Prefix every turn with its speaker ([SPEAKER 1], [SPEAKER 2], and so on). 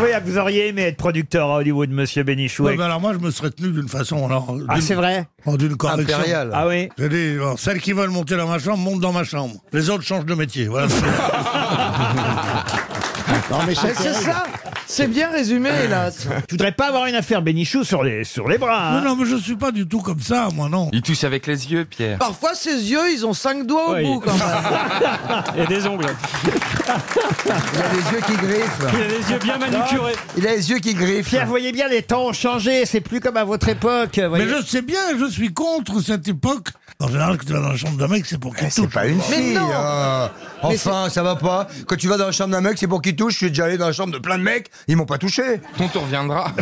[SPEAKER 1] Oui, ah, vous auriez aimé être producteur à Hollywood, monsieur Bénichou.
[SPEAKER 2] Ouais, ben alors moi, je me serais tenu d'une façon. Alors,
[SPEAKER 1] Ah,
[SPEAKER 2] d'une-
[SPEAKER 1] c'est vrai
[SPEAKER 2] oh, D'une correction.
[SPEAKER 3] Impériale.
[SPEAKER 1] Ah oui
[SPEAKER 2] J'ai dit, bon, celles qui veulent monter dans ma chambre, montent dans ma chambre. Les autres changent de métier. Voilà.
[SPEAKER 4] Mais c'est ça C'est bien résumé, hélas
[SPEAKER 1] Je voudrais pas avoir une affaire Bénichou sur les, sur les bras. hein.
[SPEAKER 2] non, non, mais je suis pas du tout comme ça, moi, non.
[SPEAKER 3] Il touche avec les yeux, Pierre.
[SPEAKER 4] Parfois, ses yeux, ils ont cinq doigts au
[SPEAKER 5] Oui.
[SPEAKER 4] bout, quand même
[SPEAKER 5] Il a des ongles.
[SPEAKER 3] Il a les yeux qui griffent.
[SPEAKER 5] Il a des yeux bien manucurés.
[SPEAKER 3] Il a les yeux qui griffent.
[SPEAKER 1] Pierre, voyez bien, les temps ont changé. C'est plus comme à votre époque. voyez.
[SPEAKER 2] Mais je sais bien, je suis contre cette époque. En général, quand tu vas dans la chambre d'un mec, c'est pour
[SPEAKER 4] Ah,
[SPEAKER 2] qu'il
[SPEAKER 3] C'est
[SPEAKER 2] touche.
[SPEAKER 3] pas Ah, une fille.
[SPEAKER 4] non.
[SPEAKER 3] hein. Enfin, ça va pas. Quand tu vas dans la chambre d'un mec, c'est pour qu'il touche. Je suis déjà allé dans la chambre de plein de mecs, ils m'ont pas touché. Ton tour viendra.